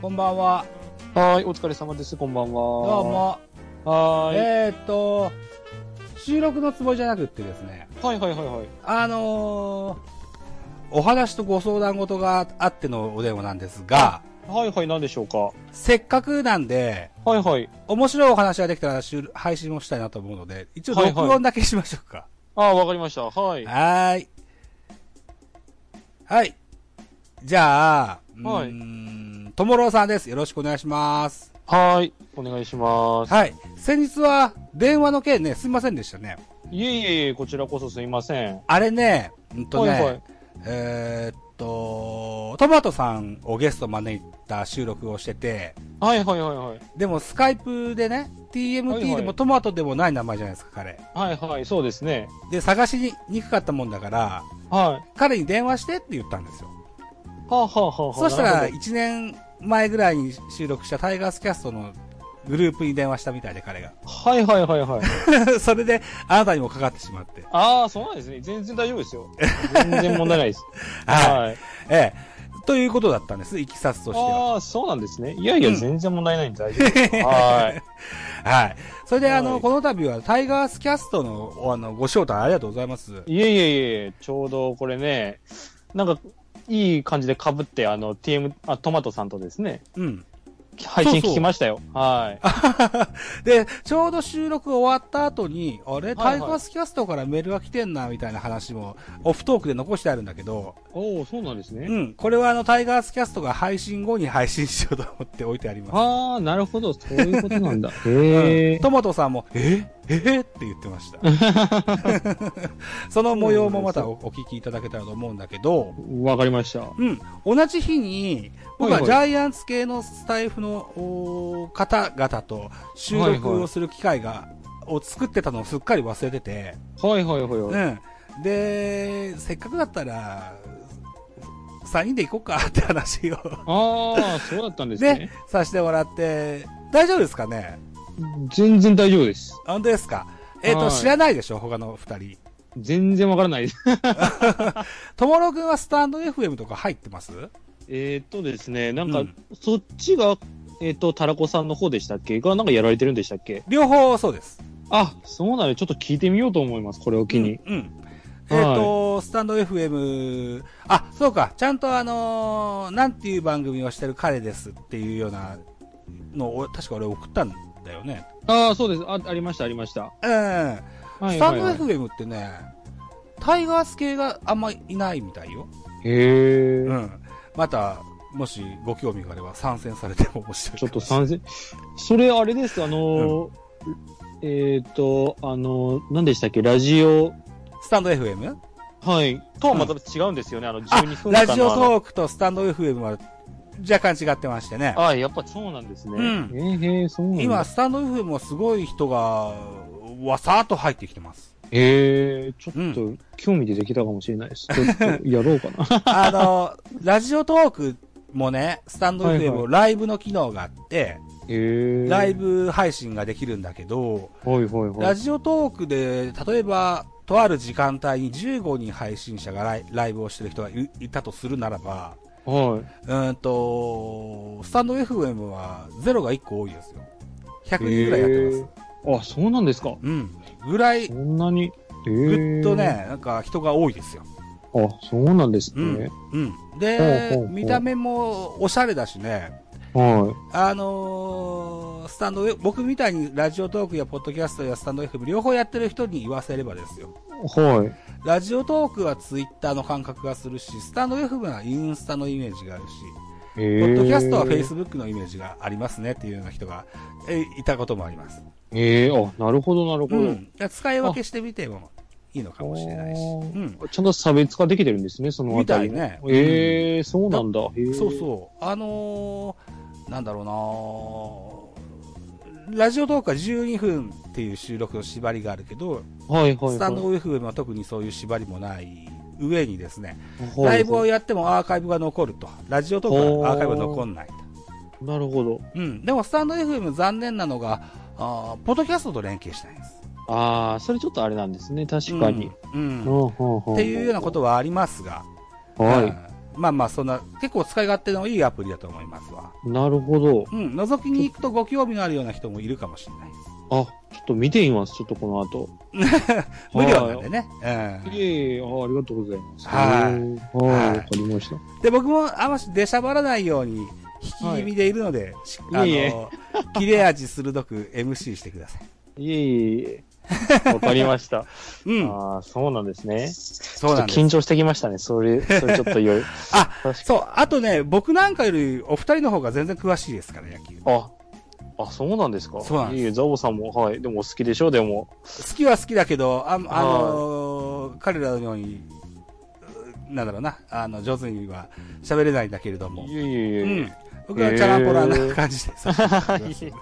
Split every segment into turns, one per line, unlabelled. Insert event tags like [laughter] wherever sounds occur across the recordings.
こんばんは。
はい、お疲れ様です。こんばんは。
どうも。
はーい。
えーっと、収録のつもりじゃなくってですね、
はいはいはいはい。
あのー、お話とご相談事があってのお電話なんですが
あ、はいはい、何でしょうか。
せっかくなんで、
はいはい。
面白いお話ができたら収録配信もしたいなと思うので、一応
はいはい
録音だけしましょうか。
ああ、わかりました。はい。
はーい。はい。じゃあ、う
はい
ーん、ともろうさんです。よろしくお願いします。
はい。お願いします。
はい。先日は電話の件ね、すいませんでしたね。
いえいえいえ、こちらこそすいません。
あれね、うんとね、
はいはい
えーっと、トマトさんをゲスト招いた収録をしてて、
はいはいはいはい。
でもスカイプでね、
はいは
TMT
い
でもトマトでもない名前じゃないですか、彼。
はいはい、そうですね。
で、探しににくかったもんだから、
はい。
彼に電話してって言ったんですよ。
はあ、はあはあはあ、
そしたら、
なる
1年前ぐらいに収録したタイガースキャストのグループに電話したみたいで、彼が。 [laughs]
ほどはいはいはいはい。
それで、あなたにもかかってしまって。
ああ、そうなんですね。全然大丈夫ですよ。全然問題ないです。
[laughs] はい。
はい。
ええ。ということだったんです、いきさつとしては。
ああ、そうなんですね。いやいや、
うん
全然問題ないんで大丈夫ですよ。はい。
はい。それで、あ
は
の、
い
この度はタイガースキャストの、あの、ご招待ありがとうございます。
いえいえいえ、ちょうどこれね、なんか、いい感じで被って、あの、TM、あ、トマトさんとですね、
うん。
配
そ
信
うそう
聞きましたよ。はい。
で、ちょうど収録終わった後に、あれ、
い
タイガースキャストからメールが来てんな、みたいな話も、オフトークで残してあるんだけど、
おおそうなんですね。
うん。これはあの、タイガースキャストが配信後に配信しようと思って置いてあります。
ああ、なるほど、そういうことなん
[laughs]
だ。 [laughs] へえ。
トマトさんも、えええって言ってま
[laughs]
した。 [laughs] その模様もまたおお聞きいただけたらと思うんだけど、
わかりました。
うん、同じ日に、僕
はい
は
はい
ジャイアンツ系のスタイフのおー方々と収録をする機会が、を作ってたのをすっかり忘れてて、
はいはいはいは
う
い。
ん。で、せっかくだったら、3人で行こうかって話を
ああ、そうだったんです
ね、
ね。
させてもらって、大丈夫ですかね
全然大丈夫です。
本当ですかえっ、と、
はい
知らないでしょ他の2人。
全然わからないです。 [laughs]
ともろくんはスタンド FM とか入ってます
えーっとですね、なん
う
か
ん、
そっちが、えーっと、タラコさんの方でしたっけが、なんかやられてるんでしたっけ
両方そうです。
あ、そうなの、ちょっと聞いてみようと思います、これを機に。
うん。えっ、と、スタンド FM、あ、そうか、ちゃんとあのーなんていう番組をしてる彼ですっていうようなのを、確か俺送ったんだよね。
ああ、そうです。あ、ありました、ありました。
うん。
はい
スタ
は
ン
い
ド
はい。
FM ってね、タイガース系があんまいないみたいよ。
へえ、
うん。また、もしご興味があれば参戦されても面白い
ちょっと
参
参戦。それ、あれです、あのーえーっと、あのー何でしたっけ、ラジオ、
スタンド FM?
はい。とはまた違うんですよね、あの、
あ
12、分間の
ラジオ
あの
トークとスタンド FM は若干違ってましてね。
ああ、やっぱそうなんですね。
うん
えーへえ、そうなんだ。
今、スタンド FM もすごい人が、わさーっと入ってきて
[laughs]
ます。
へえ、ちょっ
う
と、興味出てきたかもしれないです。ちょっと、やろうかな。
あの、ラジオトークもね、スタンド
はいはい
FM もライブの機能があって、
[laughs] へえ。
ライブ配信ができるんだけど、
はいはいはい。
ラジオトークで、例えば、とある時間帯に15人配信者がライライブをしてる人がいいたとするならば、
は
うーんと、スタンド FM はゼロが1個多いですよ。100
い。
人ぐらいやってます。
へえあ、そうなんですか。
うん。ぐらい
そ、んなに。え
ぐ
ー
っと。ね、なんか人が多いですよ。
あ、そうなんです
うん
ね。
うん。
ほう
で
ほうほ、う
見た目もおしゃれだしね、
は
あのースタンド、僕みたいにラジオトークやポッドキャストやスタンド FM 両方やってる人に言わせればですよ。
い。はい。
ラジオトークはツイッターの感覚がするし、スタンド FM はインスタのイメージがあるし、
ポ
ポッドキャストはフェイ
ス。
スブックのイメージがありますねっていうような人が、えいたこともあります。
ええー、あ、なるほどなる
う
ほど。
ん。だから使い分けしてみてもいいのかもしれないし。
おー
うん。
ちゃんと差別化できてるんですね、そのあたり。
みたいね
ええー、そうなんだ。
そう
う。
そう。あのーなんだろうなーラジオトークは12分っていう収録の縛りがあるけど、
はいはいはい。
スタンド FM は特にそういう縛りもない上にですね、
はい
ライブをやってもアーカイブが残ると。ラジオとかアーカイブは残んないと。
なるほど。
うん。でもスタンド FM 残念なのが、あーポッドキャストと連携してないです。
ああ、それちょっとあれなんですね、確かに。
うん。うん
うんうんうん
っていうようなことはありますが、
は
う
い
ん。まあまあ、そんな、結構使い勝手のいいアプリだと思いますわ。
なるほど。
うん、覗きに行くとご興味のあるような人もいるかもしれない
[laughs]
です。
あ、ちょっと見てみます、ちょっとこの後。
無料なんで
ね。
ね。うん。
いえいえ、あありがとうございます。
はい
い。はい、わかりました。
で、僕もあんまし出しゃばらないように、引き気味でいるので、しあの、
いえいえ
切れ味鋭く MC してください。
いえいえいえ。わかり
[laughs]
ました。
うん、
ああ、そうなんですね。
そうなんで
ちょっと緊
す。
張してきましたね。それ、それちょっとよい。
[laughs] あ
確かに
そう、あとね、僕なんかよりお二人の方が全然詳しいですから、野球。
あ、あ、そうなんですか。
そうなんです
いえいえ、ザボさんも、はい。でもお好きでしょう、でも。
好きは好きだけど、ああのー彼らのように、うなんだろうな、あの、上手には喋れないんだけれども
い。えいえ
う
いえ。
ん。僕はチャランポラな感じでさせていただきます
いえいえ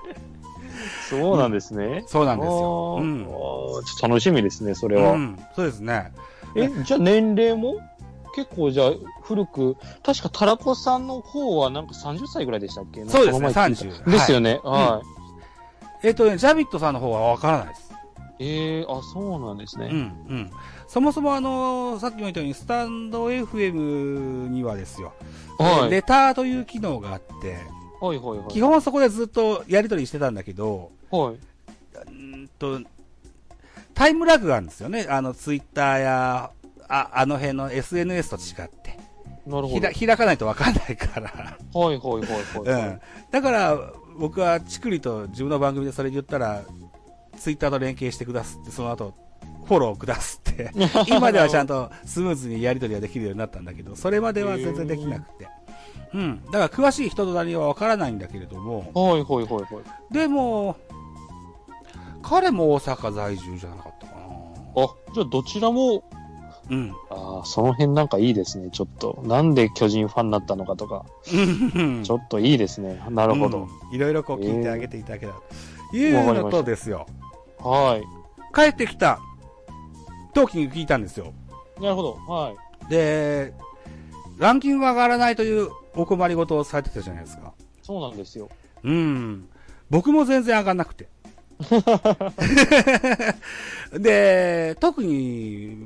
そうなんですね。
そうなんですよ。
あー
うん
あー。ちょっと楽しみですね、それは。
うん、そうですね。
え、じゃあ年齢も結構じゃあ古く、確かタラコさんの方はなんか30歳ぐらいでしたっけ
そうですね
なんかこの前聞いた
30
ですよね。は
えっ、とね、ジャビットさんの方はわからないです。
い。えー、あ、そうなんです
うん、
ね。
うん。そもそもあのーさっきも言ったように、スタンド FM にはですよ、
はい。
レターという機能があって、
はいはいはい。
基本そこでずっとやり取りしてたんだけど、
はい。
うーんと、タイムラグがあるんですよね。あの、ツイッターや、あ、あの辺の SNS と違って。
なるほ
ひ
ど。
ら開かないとわかんないから。
はいはいはいはい。
うん。だから、僕はチクリと自分の番組でそれ言ったら、ツイッターと連携してくだすって、その後、フォローくだす
[laughs]
って。今ではちゃんとスムーズにやり取りができるようになったんだけど、それまでは全然できなくて。うん。だから詳しい人となりはわからないんだけれども、
はいはいはいはい。
でも、彼も大阪在住じゃなかったかな。
あ、じゃあどちらも、
うん。
ああ、その辺なんかいいですね、ちょっと。なんで巨人ファンになったのかとか、ちょっといいですね。 [laughs] なるほど。
うん。いろいろこう聞いてあげていただけたらという
わかり
の
ました
とですよ。
はい。
帰ってきた同期に聞いたんですよ。
なるほど。はい。
で、ランキングが上がらないというお困りごとをされてたじゃないですか。
そうなんですよ。
うん。僕も全然上がんなく
[laughs]
て。 [laughs] で、特に、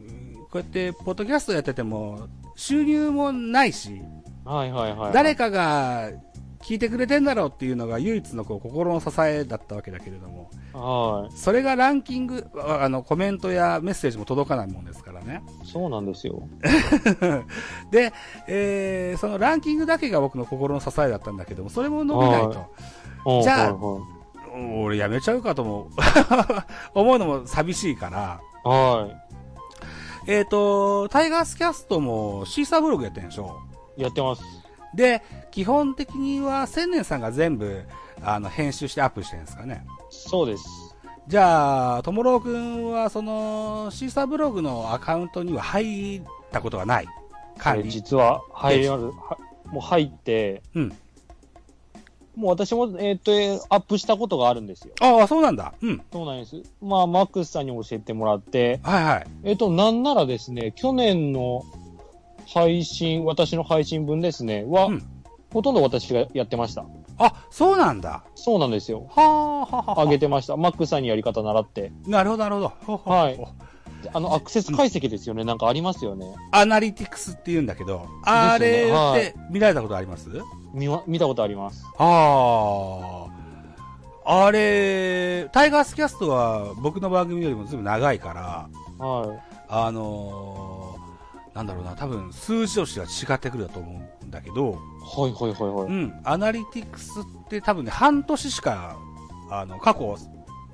こうやって、ポッドキャストやってても、収入もないし、
はいはいはい。
誰かが聞いてくれてんだろうっていうのが唯一のこう心の支えだったわけだけれども、
は
それがランキング、ああの、コメントやメッセージも届かないもんですからね。
い。そうなんですよ。
[laughs] で、えーそのランキングだけが僕の心の支えだったんだけども、それも伸びないと。
うん
じゃあ
は
お俺やめちゃうかとも [laughs] 思うのも寂しいから、
いはい、は
えっ、と、タイガースキャストもシーサーブログやってんでしょ
い。やってます。
で、基本的には千年さんが全部、あの、編集してアップしてるんですかね。
そうです。
じゃあ、ともろうくんは、その、シーサーブログのアカウントには入ったことがない。管
えー
理。
実は、入る、はもう入って、
うん
もう私も、えーっと、えーアップしたことがあるんですよ。
ああ、そうなんだ。うん。
そうなんです。まあ、マックスさんに教えてもらって、
はいはい。
えーっと、なんならですね、去年の配信、私の配信分ですね、は、
うん
ほとんど私がやってました。
あ、そうなんだ。
そうなんですよ。
はあ、はあ、はあ。
上げてました。マックスさんにやり方習って。
なるほど、なるほどほうほう。
はいあの、アクセス解析ですよね。なんかありますよね。
アナリティクスって言うんだけど、あれっ
は
て
い
見られたことあります、
見わ見たことあります。
ああ。あれ、タイガースキャストは僕の番組よりもずいぶん長いから、
は
あのーなんだろうな、多分数字としては違ってくるだと思うんだけど、
い。はいはいはいは
う
い。
ん、アナリティクスって多分ね、半年しか、あの、過去を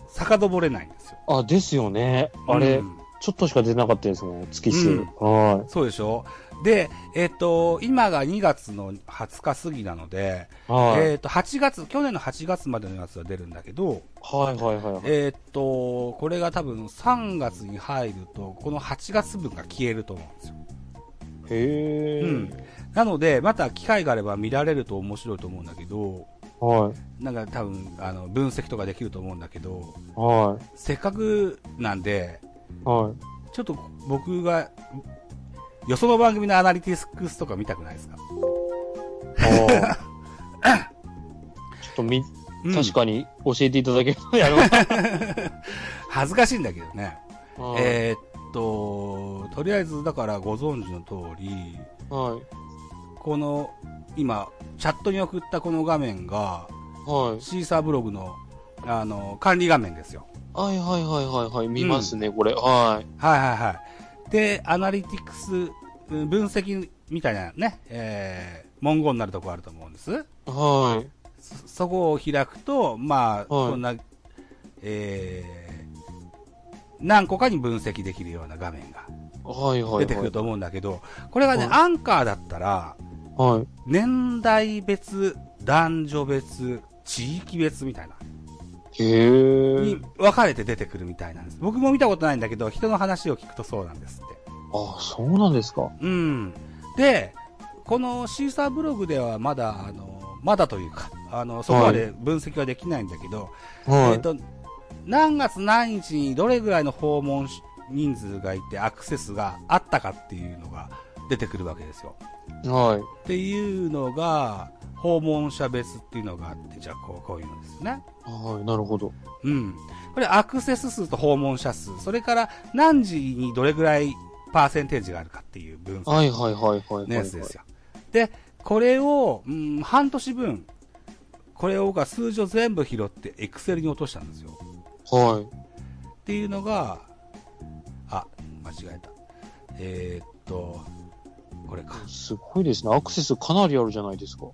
遡れないんですよ。
あ、ですよね。あれ、
うん
ちょっとしか出なかったですもん、月数。
うん
は
そうでしょで、えっ、と、今が2月の20日過ぎなので、
い。はい。
えっ、と、8月、去年の8月までのやつは出るんだけど、
はいはいはいはい。
えっ、と、これが多分3月に入ると、この8月分が消えると思うんですよ。
へえ。
うんなので、また機会があれば見られると面白いと思うんだけど、
はい。
なんか多分、あの、分析とかできると思うんだけど、
は
せっかくなんで、
い。は
ちょっと僕が、よその番組のアナリティクスとか見たくないですか、
い。ああ。ちょっとみ、
うん
確かに教えていただけると
[laughs]
やろうか。
恥ずかしいんだけどね。
はい
えーっと、とりあえずだからご存知の通り、
はい。
この、今、チャットに送ったこの画面が、
はい。
シーサーブログの、あの、管理画面ですよ。
はいはいはいはいはい。見ますね、これ。は
はいはいはい。で、アナリティクス、うん分析みたいなね、えー、文言になるとこあると思うんです。
い。はい。
そそこを開くと、まあ、
はい
こんな、えー何個かに分析できるような画面が
はいはいはい。
出てくると思うんだけど、これがね、
はい
アンカーだったら、
はい。
年代別、男女別、地域別みたいな、
へえ
に。分かれて出てくるみたいなんです。僕も見たことないんだけど、人の話を聞くとそうなんですって。
あ、そうなんですか。
うん。で、このシーサーブログではまだ、あの、まだというか、あの、そこまで分析はできないんだけど、えっ、
は
と、何月何日にどれぐらいの訪問し人数がいてアクセスがあったかっていうのが出てくるわけですよ。
い。はい。
っていうのが、訪問者別っていうのがあって、じゃあこう、こういうのですね。
はい、なるほど。
うん。これアクセス数と訪問者数、それから何時にどれぐらいパーセンテージがあるかっていう分析
はいはいはいはいはい。
のやつですよ。で、これを、うん、半年分、これを僕は数字を全部拾って、エクセルに落としたんですよ。
は
っていうのが、あ、間違えた。えーっと、これか。
い。すごいですね。アクセスかなりあるじゃないですか。
い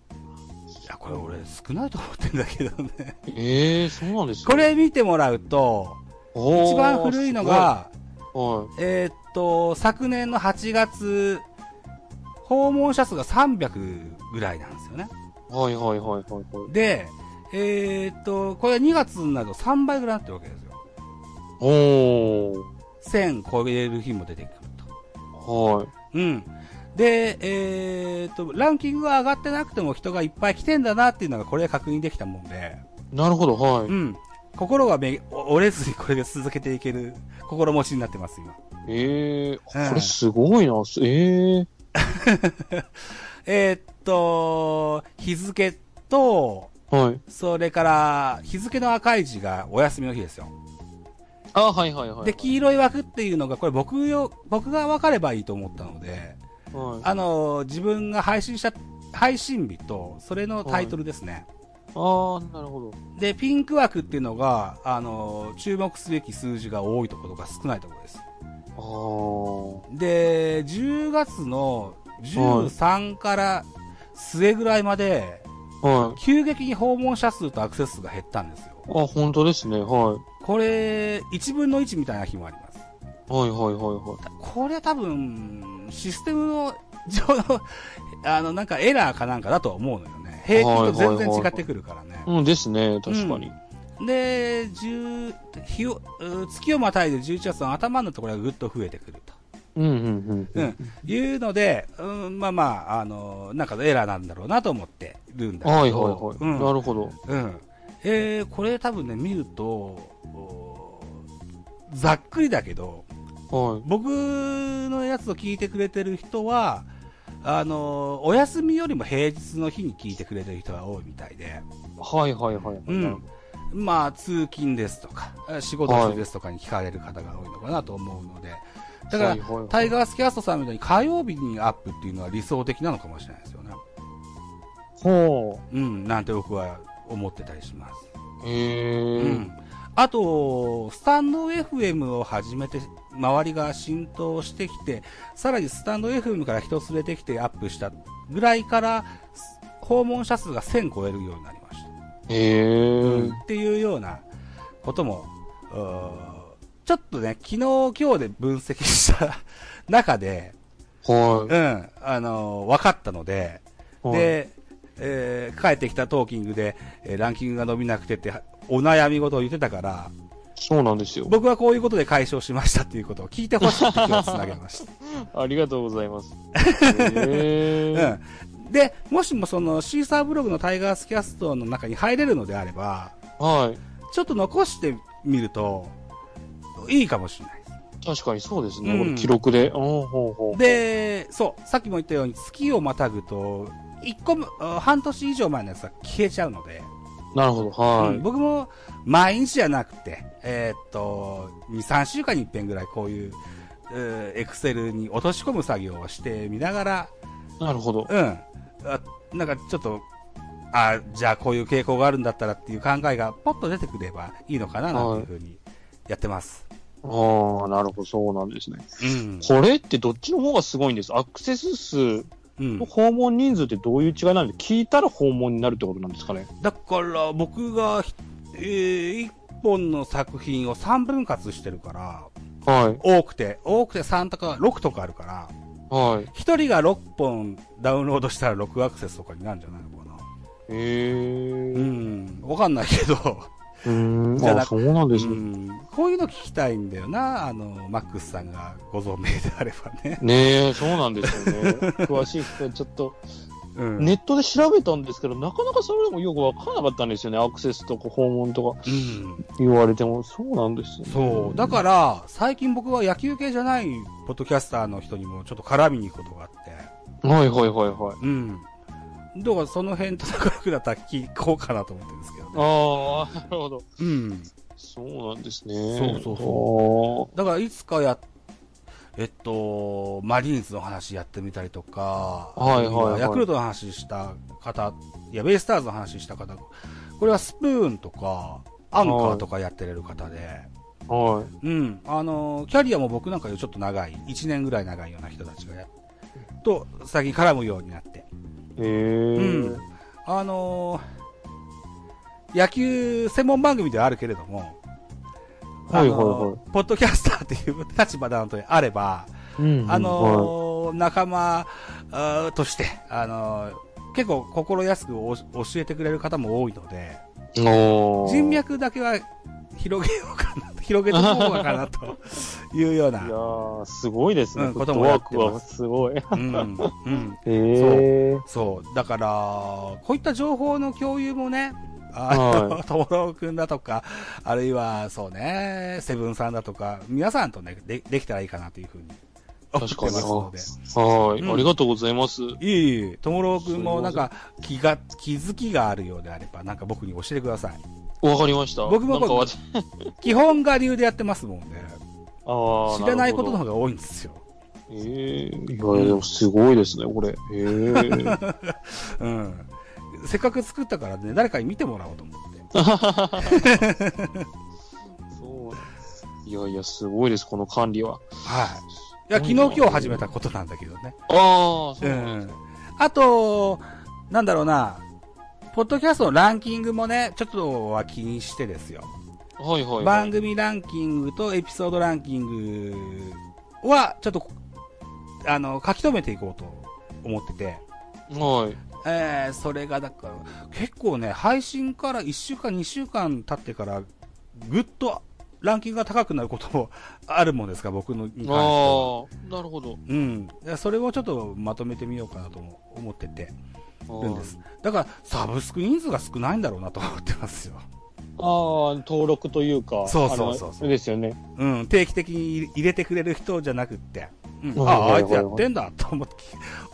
や、これ俺少ないと思ってんだけどね。
ええそうなんですか
こ、れ見てもらうと、
おー
一番古いの、が、
すご
えーっと、昨年の8月、訪問者数が300ぐらいなんですよね。
いはいはいはいはいはいはい。
で、えーっと、これは2月になると3倍ぐらいになってるわけですよ。
お
1000超える日も出てくると。
ー。はい。
うん。で、えーっと、ランキングが上がってなくても人がいっぱい来てんだなっていうのがこれで確認できたもんで、
なるほど、は
うん。心がめ折れずにこれで続けていける心持ちになってます、今。
い。ええ
うん
これすごいな。すええ
えーっと、日付と、
はい。
それから、日付の赤い字がお休みの日ですよ。
あ、はいはいはいはい。
で、黄色い枠っていうのが、これ僕よ、僕が分かればいいと思ったので、
はい、あ
あの、自分が配信した、配信日と、それのタイトルですね。
あー、なるほど。
で、ピンク枠っていうのが、あの、注目すべき数字が多いところか少ないところです。
ああ
で、10月の13から末ぐらいまで、
はい。
急激に訪問者数とアクセス数が減ったんですよ。
あ、本当ですね。はい。
これ、1分の1みたいな日もあります。
はいはいはいはい。
これは多分、システムの上の、 [laughs] あの、なんかエラーかなんかだとは思うのよね。平均と全然違ってくるからね。
うんですね、確かに。
で、10日を、う月をまたいで11月の頭のところがぐっと増えてくると。
うん、うん、
う
うん。
ん。いうので、うん、まあまあ、あの、なんかのエラーなんだろうなと思ってるんだけど。
はいはいはい。
うん。
なるほど。
うん。えー、これ多分ね、見ると、おーざっくりだけど、
はい。
僕のやつを聞いてくれてる人は、あの、お休みよりも平日の日に聞いてくれてる人が多いみたいで、
はいはいはいはい。
うんまあ、通勤ですとか、えー仕事中ですとかに聞かれる方が多いのかなと思うので、だから、
はいはいはい
タイガースキャストさんみたいに火曜日にアップっていうのは理想的なのかもしれないですよね。
ほ
うん、なんて僕は思ってたりします。
う。へえ。
うん。あと、スタンド FM を始めて、周りが浸透してきて、さらにスタンド FM から人連れてきてアップしたぐらいから、す訪問者数が1000超えるようになりました。
へえ、
っていうようなことも、うーちょっとね、昨日、今日で分析した中で、
は
うん、あのー分かったので、
い。はい、
で、えー帰ってきたトーキングで、えーランキングが伸びなくてって、お悩み事を言ってたから、
そうなんですよ。
僕はこういうことで解消しましたっていうことを聞いてほしいって今日つなげました。
ありがとうござい [laughs] ます。へえ。
[laughs] うん。で、もしもそのシーサーブログのタイガースキャストの中に入れるのであれば、
は
ちょっと残してみると、いいかもしれないです。
い。確かにそうですね。
うん
これ記録で。ああ、ほうほう。
で、そう、さっきも言ったように月をまたぐと、一個も、あ半年以上前のやつは消えちゃうので、
なるほど。は
うん
い。
僕も毎日じゃなくて、えーっと、2、3週間に一遍ぐらいこういう、エクセルに落とし込む作業をしてみながら、
なるほど。
うん。あなんかちょっと、あじゃあこういう傾向があるんだったらっていう考えがポッと出てくればいいのかななんていうふうにやってます。
ああ、なるほど、そうなんですね。
うん。
これってどっちの方がすごいんですアクセス数
うん
と。訪問人数ってどういう違いなんで、聞いたら訪問になるってことなんですかね。
だから僕がひ、えー一本の作品を3分割してるから、
はい、
多くて、多くて3とか6とかあるから、
はい。
1人が6本ダウンロードしたら6アクセスとかになるんじゃないのかな。
へ
う
え。
ん、わかんないけど、
うん
じゃな
あ、そうなん
う
ですね。
ん、こういうの聞きたいんだよな、あの、マックスさんがご存命であればね。
ねえ、そうなんです
[laughs]
よね。詳しい人、ちょっと、
うん。
ネットで調べたんですけど、なかなかそれでもよくわからなかったんですよね。アクセスとか訪問とか
うん。
言われても、そうなんですよね。
そう。だから、最近僕は野球系じゃないポッドキャスターの人にもちょっと絡みに行くことがあって。
はいはいはいはい。
うん。だからその辺と仲良くなったら聞こうかなと思ってるんですけどね。
ああ、なるほど。
うん。
そうなんですね。
そうそう
そ
だからいつかや、えっと、マリーンズの話やってみたりとか、
はいはいはい
ヤクルトの話した方、いや、ベイスターズの話した方、これはスプーンとか、アンカーとかやってれる方で、
う。は
うん。あの、キャリアも僕なんかよりちょっと長い、1年ぐらい長いような人たちがや、と、最近絡むようになって。
い。へえ。
うんあのー野球専門番組ではあるけれども、
はいはいはい
あのーポッドキャスターっていう立場なのであれば、
うん
あのー仲間あーとして、あのー結構心安くお教えてくれる方も多いので、
おー
人脈だけは広げようかなと、広げた方がかなというよう
[laughs] いや
な、
ー、すごいですね。
うん
フ
こ
ッ
と
ト
もや
ワ
っ
ー
て
ク
ま
はすごい。へ
うん、うん、
えー。
そう。だから、こういった情報の共有もね、あの、ともろうくんだとか、あるいは、そうね、セブンさんだとか、皆さんとね、でできたらいいかなというふうに思って
確か
ま
に。
すので。
は
うん
い。ありがとうございます。
いえいえ、ともろうくんもなんか、気が、気づきがあるようであれば、なんか僕に教えてください。
わかりました。
僕も
なんかわ
基本が理由でやってますもんね。
あー
知らないことの方
る
が多いんですよ。
ほどええいや、でもすごいですね、これ。へえ [laughs]
うん。せっかく作ったからね、誰かに見てもらおうと思って。
そう。いやいや、すごいです、この管理は。
はい。いや、昨日今日始めたことなんだけどね。
ああ、そううなんです
ん。あと、なんだろうな、ポッドキャストのランキングもね、ちょっとは気にしてですよ。
ね。はいはいはい。
番組ランキングとエピソードランキングは、ちょっと、あの、書き留めていこうと思ってて、
はい。
えー、それがだから、結構ね、配信から1週間、2週間経ってから、ぐっとランキングが高くなることも [laughs] あるもんですか、僕のに関して
あ
は。
あ、なるほど。
うん。それをちょっとまとめてみようかなと思ってて。るんです。だから、サブスク人数が少ないんだろうなと思ってますよ。 [laughs]
ああ、登録というか、
そうそうそうそう
あのですよね。
うん、定期的に入れてくれる人じゃなくって、うん、
は
あ
い
あ、
は
あ
いはい
いつやってんだと思って、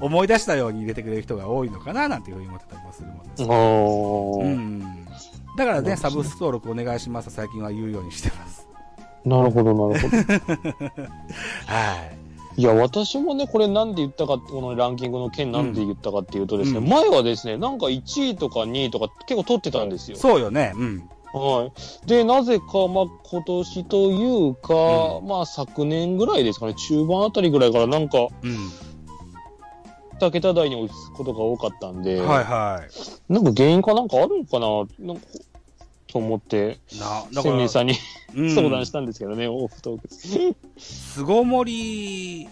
思い出したように入れてくれる人が多いのかななんていうふうに思ってたりもするもんです。
ああ、
うん。だからね、
そうです
サ
ね
ブスク登録お願いしますと最近は言うようにしてます。
なるほど、なるほど。
はい。
いや、私もね、これなんで言ったか、このランキングの件なんで言ったかっていうとですね、
うん
前はですね、なんか1位とか2位とか結構取ってたんですよ。
そうよね、うん。
はい。で、なぜか、まあ、今年というか、
う
まあ、昨年ぐらいですかね、中盤あたりぐらいからなんか、
うん。
2桁台に落ち着くことが多かったんで、
はいはい。
なんか原因かなんかあるのかな、なんか、と思って、
な、だか
千
ら、
明さんに
うん
相談したんですけどね、オフトーク。
巣ごもり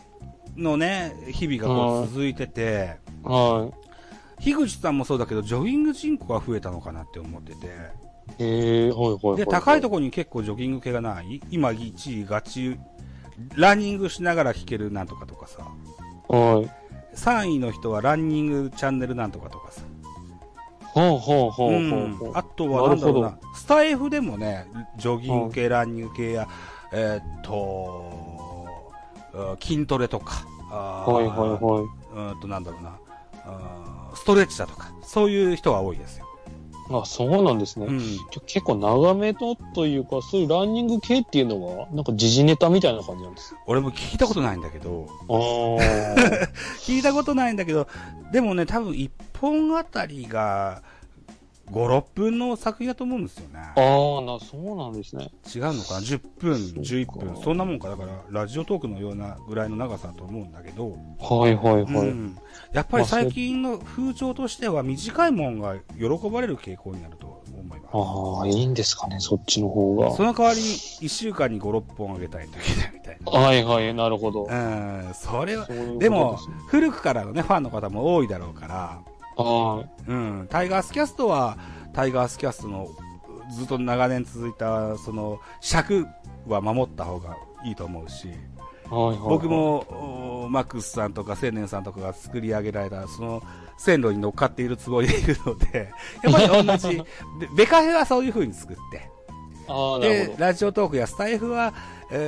のね、日々がこう続いてて、
は
樋口さんもそうだけど、ジョギング人口が増えたのかなって思ってて、
い。へえー、はいはいはい。
で、高いと
こ。
ころに結構ジョギング系がない今1位ガチ、ランニングしながら弾けるなんとかとかさ、
はい。
3位の人はランニングチャンネルなんとかとかさ、
ほうほうほうほ
う
うほう。
ん、あとはなんだろう
な
な
る
スタイフでもね、ジョギング系、ランニング系や、えーっと、あ筋トレとか、あー
はいはいは
うーんとなんだろうな、あーストレッチだとか、そういう人が多いですよ。
い。あ、そうなんですね。
うん
じゃ結構長めのというか、そういうランニング系っていうのは、なんか時事ネタみたいな感じなんです。
俺も聞いたことないんだけど、
ああ。
聞いたことないんだけど、でもね、多分一本あたりが5、6分の作品だと思うんですよね。
[laughs] ああ、な、そうなんですね。
違うのかな ?10 分、11
そう
分、
か
そんなもんか。だから、ラジオトークのようなぐらいの長さだと思うんだけど、
はいはいは
う
い。
んやっぱり最近の風潮としては、短いもんが喜ばれる傾向になると思いま
ああ、いいんですかね、そっちの方
す。そ
が。
の代わりに、1週間に5、6本あげたいといけないみたい
はいはい、なるほど。
な。うん、それは
そういうことすね
でも、古くからのね、ファンの方も多いだろうから、
あ
うん、タイガースキャストは、タイガースキャストのずっと長年続いた、その、尺は守った方がいいと思うし、
あ、はいはいはい。
僕、も、おマックスさんとか青年さんとかが作り上げられた、その、線路に乗っかっているつもりでいるので、 [laughs] やっぱり同
[laughs]
じ、でベカフェはそういう風に作って、
ああ、なる
で
ほ、ど。
ラジオトークやスタイフは、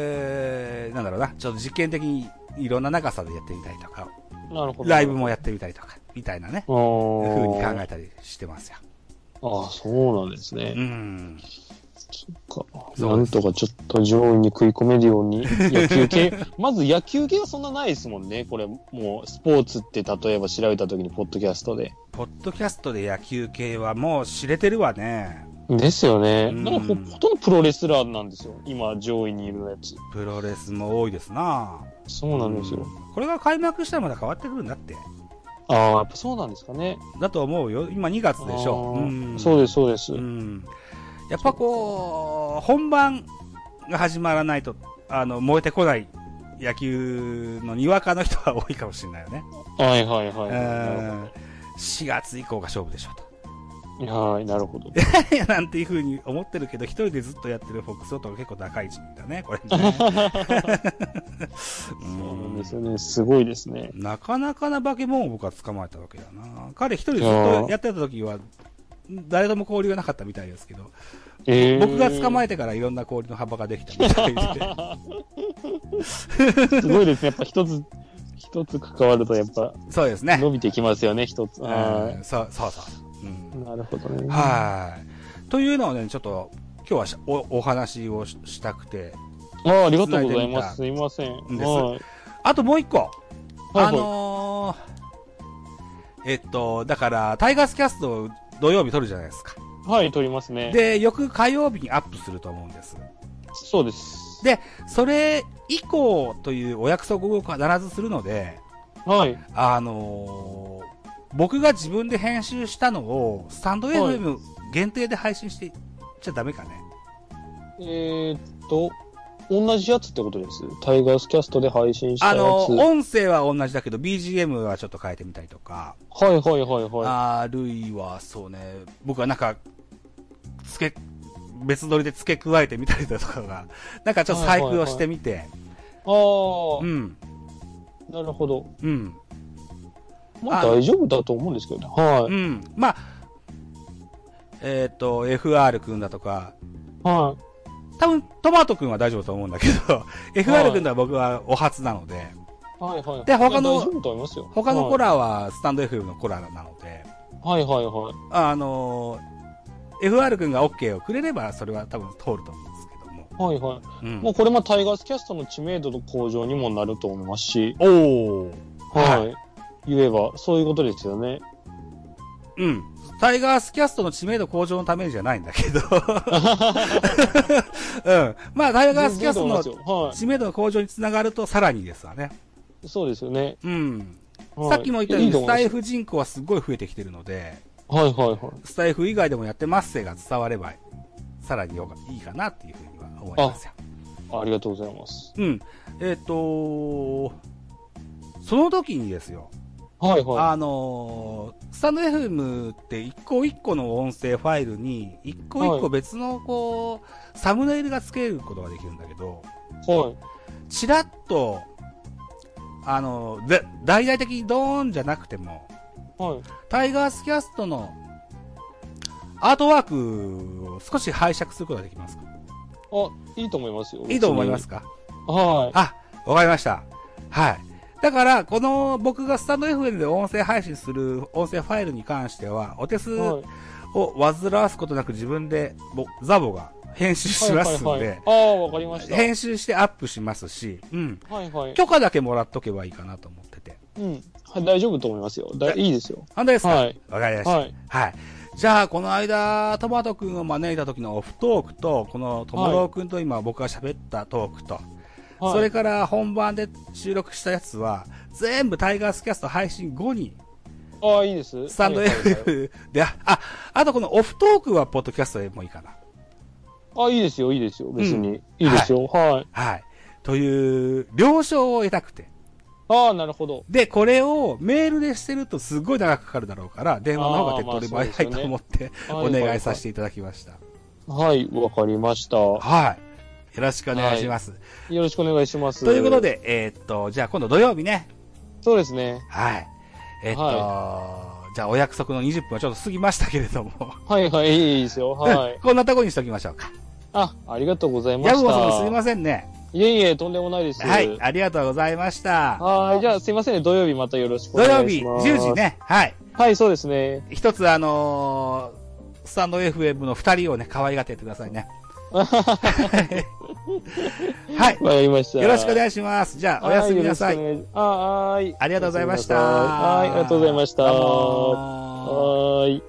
えー、なんだろうな、ちょっと実験的にいろんな長さでやってみたりとか、
なるほど。
ライブもやってみたりとか、みたいなね、
あ
風
ー
に考えたりしてますよ。
ああ、そうなんですね。
うん。
か
そ
な
うで
ん
す
とかちょっと上位に食い込めるように、野球系、 [laughs] まず野球系はそんなないですもんね。これ、もう、スポーツって例えば調べたときに、ポッドキャストで。
ポッドキャストで野球系はもう知れてるわね。
ですよね。
うん
なんかほほとんどプロレスラーなんですよ。今、上位にいるやつ。
プロレスも多いですな。
そうなんです
う
よ。
んこれが開幕したらまだ変わってくるんだって。
ああ、やっぱそうなんですかね。
だと思うよ。今2月でしょ。
あー
ん
そうです、そうです。
うん。やっぱこう、本番が始まらないと、あの、燃えてこない野球のにわかの人は多いかもしれないよね。
はいはいは
う
い。
ん
なる
4月以降が勝負でしょと。
ほどはい、なるほど。
[laughs] いやなんていうふうに思ってるけど、一人でずっとやってるフォックスオートが結構高い位置だね、
[laughs]
これね、
そうなんですよね。すごいですね。
なかなかな化け物を僕は捕まえたわけだな。彼一人でずっとやってた時は、誰とも交流がなかったみたいですけど、
え
僕が捕ま
え
えてからいろんな交流の幅ができたみたい
[laughs]
で。
すごいですね。やっぱ一つ、一つ関わると、やっぱ、
そうですね。
伸びてきますよね、一つ。は
うんそうそうそう。うん
い。なるほどね。
はい。というのをね、ちょっと今日はしおお話をししたくて。
ああ、ありがとうございます。すいません。
です
はい。
あともう一個。
は
あ
いはい。
のーえっと、だから、タイガースキャストを土曜日撮るじゃないですか。
はい、撮りますね。
で、翌火曜日にアップすると思うんです。
そうです。
で、それ以降というお約束を必ずするので、
はい。
あのー僕が自分で編集したのを、スタンド FM 限定で配信していっちゃダメかね。
えーっと、同じやつってことです。タイガースキャストで配信した
あ
やつ。
のー
はい
音声は同じだけど、BGM はちょっと変えてみたりとか、
はいはいは
あるいは、そうね、僕はなんか、付け、別撮りで付け加えてみたりだとかが、 [laughs] なんかちょっと細工をしてみて、
い。ああ、
うん、
なるほど。
うん、
まあ
あ
大丈夫だと思うんですけどね。は
うん。まあ、えっ、と、FR 君だとか、
い。は
多分、トマト君は大丈夫だと思うんだけど、FR [laughs] 君とは僕はお初なので、
い。はいはい。
で他の
まあ大丈夫と思いますよ。
他のコ
ラ。
ラはスタンド FM のコラなので、
はいはいはい。
あのー FR 君が OK をくれれば、それは多分通ると思うんですけども。
はいはい。
うん
もうこれもタイガースキャストの知名度の向上にもなると思いますし、
おー
はい。
は
言えば、そういうことですよね。
うん。タイガースキャストの知名度向上のためにじゃないんだけど。 [laughs] うん。まあ、タイガースキャストの
全然と思いますよ
知名度の向上につながるとさらにですわね。
はい。そうですよね。
うん。
はい
さっきも言ったよう
い
に、
いと思
スタ
い
イ
ます
フ人口はすごい増えてきてるので、
はいはいはい。
スタイフ以外でもやってますせが伝われば、さらによかいいかなっていうふうには思いますよ。
ありがとうございます。
うん。えっ、とその時にですよ、
はいは
あのースタンド FM って一個一個の音声ファイルに、一個一
は
個別のこう、サムネイルがつけることができるんだけど、
い。はい。
ちらっと、あのーで、大々的にドーンじゃなくても、
はい。
タイガースキャストのアートワークを少し拝借することができますか
あ、いいと思いますよ。
いいと思います。か
は
あ、わかりました。はい。だから、この僕がスタンド FM で音声配信する音声ファイルに関しては、お手
い。
数
はい
を。煩わすことなく自分で、ぼザボが編集しますの
はいはいは
で
い、、ああ、わかりました。
編集してアップしますし、うん。
はいはい。
許可だけもらっとけばいいかなと思ってて。
うん。はい、大丈夫と思いますよ。だいいですよ。
本当ですかわ、
はい。
かりました。
はい。
はい。じゃあ、この間、トマト君を招いた時のオフトークと、このトモロー君と今僕が喋ったトークと、
はい、
それから本番で収録したやつは、全部タイガースキャスト配信後に、
ああ、いいです。
スタンド
はいはいはい
F で、あ、ああとこのオフトークはポッドキャストでもいいかな。
ああ、いいですよ、いいですよ。別に。
うん
いいですよ。はい。
はい。という、了承を得たくて。
ああ、なるほど。
で、これをメールでしてるとすごい長くかかるだろうから、電話の方が手っ取り
あーまあ
早いと思って、
は
お願いさせていただきました。
はい、わかりました。よ
はい。よろしくお願いします。
ろしくお願いします。
ということ。で、えーっと、じゃあ今度土曜日ね。
そうですね。
はい。えーっと、じゃあお約束の20分はちょっと過ぎましたけれども、
はいはい、いい
[laughs]
ですよ。はい。
こんなとこにしときましょうか。
あ、ありがとうございまし
ヤ
た。
ブモさんもすみませんね。
いえいえ、とんでもないです。
はい。ありがとうございました。
はい、じゃあすいませんね。土曜日またよろしくお
土曜
願い
日
します。
10時。ね。はい。
はい、そうですね。
一つあのースタンド FM の二人をね、可愛がってやってください [laughs] ね。はい。
わかりました。
よろしくお
いし
願いします。じゃあ、おやすみなさい。
あはーい。
ありがとうございました。
はい、ありがとうございました。
どうもー
はーい。